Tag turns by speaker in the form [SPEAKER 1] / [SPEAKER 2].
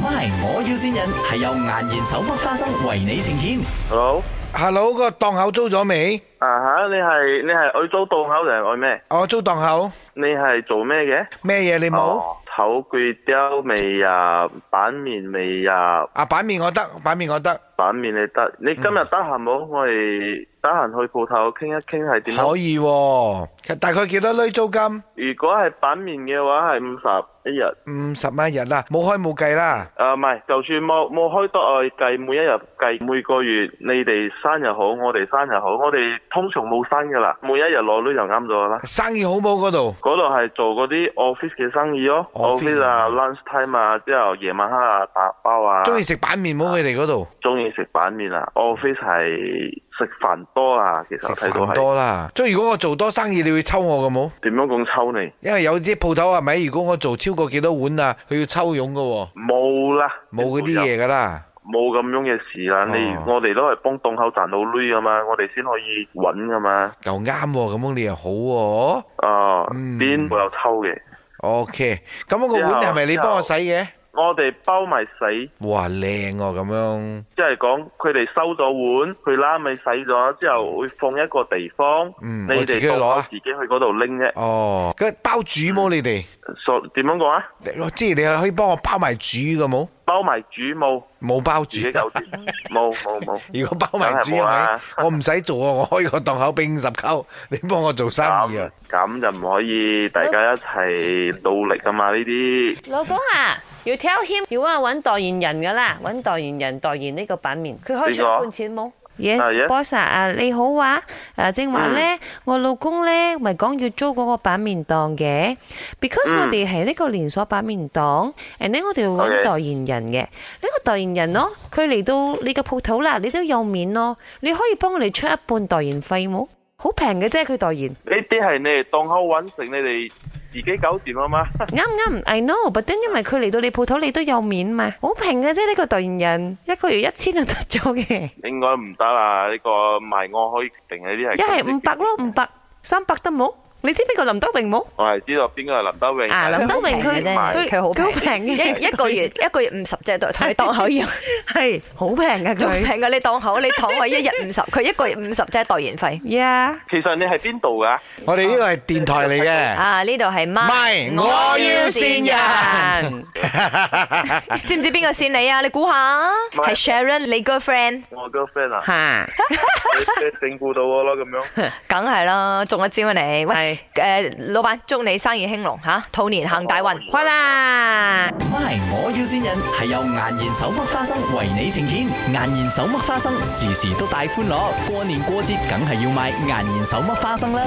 [SPEAKER 1] MY，我要先人係由顏然手剝花生為你呈現。
[SPEAKER 2] Hello，
[SPEAKER 3] Hello，個檔口租咗未？
[SPEAKER 2] 啊吓，你係你係愛租檔口定係愛咩？
[SPEAKER 3] 我哦租檔口
[SPEAKER 2] 你係做咩嘅？
[SPEAKER 3] 咩嘢你冇？
[SPEAKER 2] 哦手鋸雕未入，板面未入，
[SPEAKER 3] 啊板面我得，板面我得，
[SPEAKER 2] 板面你得。你今日
[SPEAKER 3] 嗯
[SPEAKER 2] 得閒冇？我哋得閒去鋪頭傾一傾係點樣。
[SPEAKER 3] 可以喎。大概幾多厘租金？
[SPEAKER 2] 如果係板面嘅話係五十一日。
[SPEAKER 3] 五十蚊一日啦，冇開冇計啦。
[SPEAKER 2] 啊，唔係，就算冇冇開得我哋計每一日計每個月，你哋生日好，我哋生日好，我哋通常冇生噶啦，每一日攞女就啱咗啦。
[SPEAKER 3] 生意好冇嗰度？
[SPEAKER 2] 嗰度係做嗰啲 office 嘅生意咯
[SPEAKER 3] office
[SPEAKER 2] ，office
[SPEAKER 3] 啊
[SPEAKER 2] 啊、lunch time 啊，之後夜晚黑啊、打包啊，
[SPEAKER 3] 中意食板面冇？佢哋嗰度
[SPEAKER 2] 中意食板面啊，office 係食飯多啊，其實
[SPEAKER 3] 食
[SPEAKER 2] 我睇到
[SPEAKER 3] 飯
[SPEAKER 2] 係
[SPEAKER 3] 多啦。即係如果我做多生意，你會抽我嘅冇？
[SPEAKER 2] 點樣講抽你？
[SPEAKER 3] 因為有啲鋪頭係咪？如果我做超過幾多碗啊，佢要抽佣嘅喎，
[SPEAKER 2] 冇啦，
[SPEAKER 3] 冇嗰啲，嘢㗎啦。
[SPEAKER 2] 冇咁樣嘅事啦。你
[SPEAKER 3] 哦
[SPEAKER 2] 我哋都係幫檔口賺到鐳噶嘛，我哋先可以揾噶嘛。
[SPEAKER 3] 又啱喎，咁樣你又好喎。
[SPEAKER 2] 啊，
[SPEAKER 3] 嗯
[SPEAKER 2] 邊會有抽嘅？
[SPEAKER 3] OK，咁嗰個碗係咪你幫我洗嘅？
[SPEAKER 2] 我哋包埋洗，
[SPEAKER 3] 哇，靚喎咁樣。
[SPEAKER 2] 即係講佢哋收咗碗，佢啦咪洗咗之後會放一個地方，
[SPEAKER 3] 嗯
[SPEAKER 2] 你
[SPEAKER 3] 我自己
[SPEAKER 2] 哋檔口
[SPEAKER 3] 攞啊
[SPEAKER 2] 自己去嗰度拎啫。
[SPEAKER 3] 哦，咁包煮冇你哋，
[SPEAKER 2] 所點樣講啊？
[SPEAKER 3] 我知你可以幫我包埋煮嘅冇？
[SPEAKER 2] 包埋主冇，
[SPEAKER 3] 冇包
[SPEAKER 2] 自
[SPEAKER 3] 煮
[SPEAKER 2] 己，搞 掂，冇冇冇，
[SPEAKER 3] 如果包埋煮
[SPEAKER 2] 梗係
[SPEAKER 3] 係
[SPEAKER 2] 冇
[SPEAKER 3] 咪
[SPEAKER 2] 啦？
[SPEAKER 3] 我唔使做啊，我開個檔口俾五十溝，你幫我做生意啊
[SPEAKER 2] 咁？咁就唔可以大家一齊努力噶嘛呢啲。
[SPEAKER 4] 老公啊，要 tell him 要啊揾代言人噶啦，揾代言人代言呢個版面，佢開出
[SPEAKER 2] 呢個
[SPEAKER 4] 一半錢冇
[SPEAKER 2] 啊，yes 嗯
[SPEAKER 4] ？Yes, boss 啊，你好啊，啊正話咧，我老公咧咪講要租嗰個版面檔嘅，because
[SPEAKER 2] 嗯
[SPEAKER 4] 我哋係呢個連鎖版面檔，and then 我哋要揾
[SPEAKER 2] OK
[SPEAKER 4] 代言人嘅，呢個代言人咯，佢嚟到你個鋪頭啦，你都有面咯，你可以幫我哋出一半代言費冇？好平嘅啫，佢代言。
[SPEAKER 2] 呢啲係你哋檔口揾食，你哋自己搞掂啊嘛。
[SPEAKER 4] 啱啱，I know，but then 因為佢嚟到你鋪頭，你都有面嘛，好平嘅啫。呢個代言人一個月一千就得咗嘅，
[SPEAKER 2] 應該唔得啦，呢個唔係我可以決定嘅呢啲係。
[SPEAKER 4] 一係五百咯，五百三百得冇。你知邊個林德榮冇？
[SPEAKER 2] 我係知道邊個係林德榮。
[SPEAKER 4] 啊林德榮佢
[SPEAKER 2] 佢
[SPEAKER 4] 佢
[SPEAKER 5] 佢好
[SPEAKER 4] 佢好平
[SPEAKER 5] 平
[SPEAKER 4] 嘅
[SPEAKER 5] 嘅，一一個月一個月五十隻都同你檔口一 樣，
[SPEAKER 4] 係好平嘅
[SPEAKER 5] 仲
[SPEAKER 4] 佢。
[SPEAKER 5] 平過你檔口，你檔口一日五十，佢一個月五十隻代言 費。
[SPEAKER 4] Yeah，
[SPEAKER 2] 其實你係邊度㗎？
[SPEAKER 3] 我哋呢個係電台嚟嘅。
[SPEAKER 5] 啊！呢度係
[SPEAKER 3] 咪我要線人，
[SPEAKER 5] 知唔知邊個線你啊？你估下，係 Sharon 你 girlfriend，
[SPEAKER 2] 我 girlfriend 啊，
[SPEAKER 4] 嚇
[SPEAKER 2] 你你整蠱到我咯咁樣。
[SPEAKER 5] 梗係啦，中一招啊你。
[SPEAKER 4] 係
[SPEAKER 5] 喂，誒，老闆祝你生意興隆吓，兔年行大運。
[SPEAKER 4] 快啦！
[SPEAKER 1] MY，我要先人係由顏然手剝花生為你呈現。顏然手剝花生時時都帶歡樂，過年過節梗係要買顏然手剝花生啦。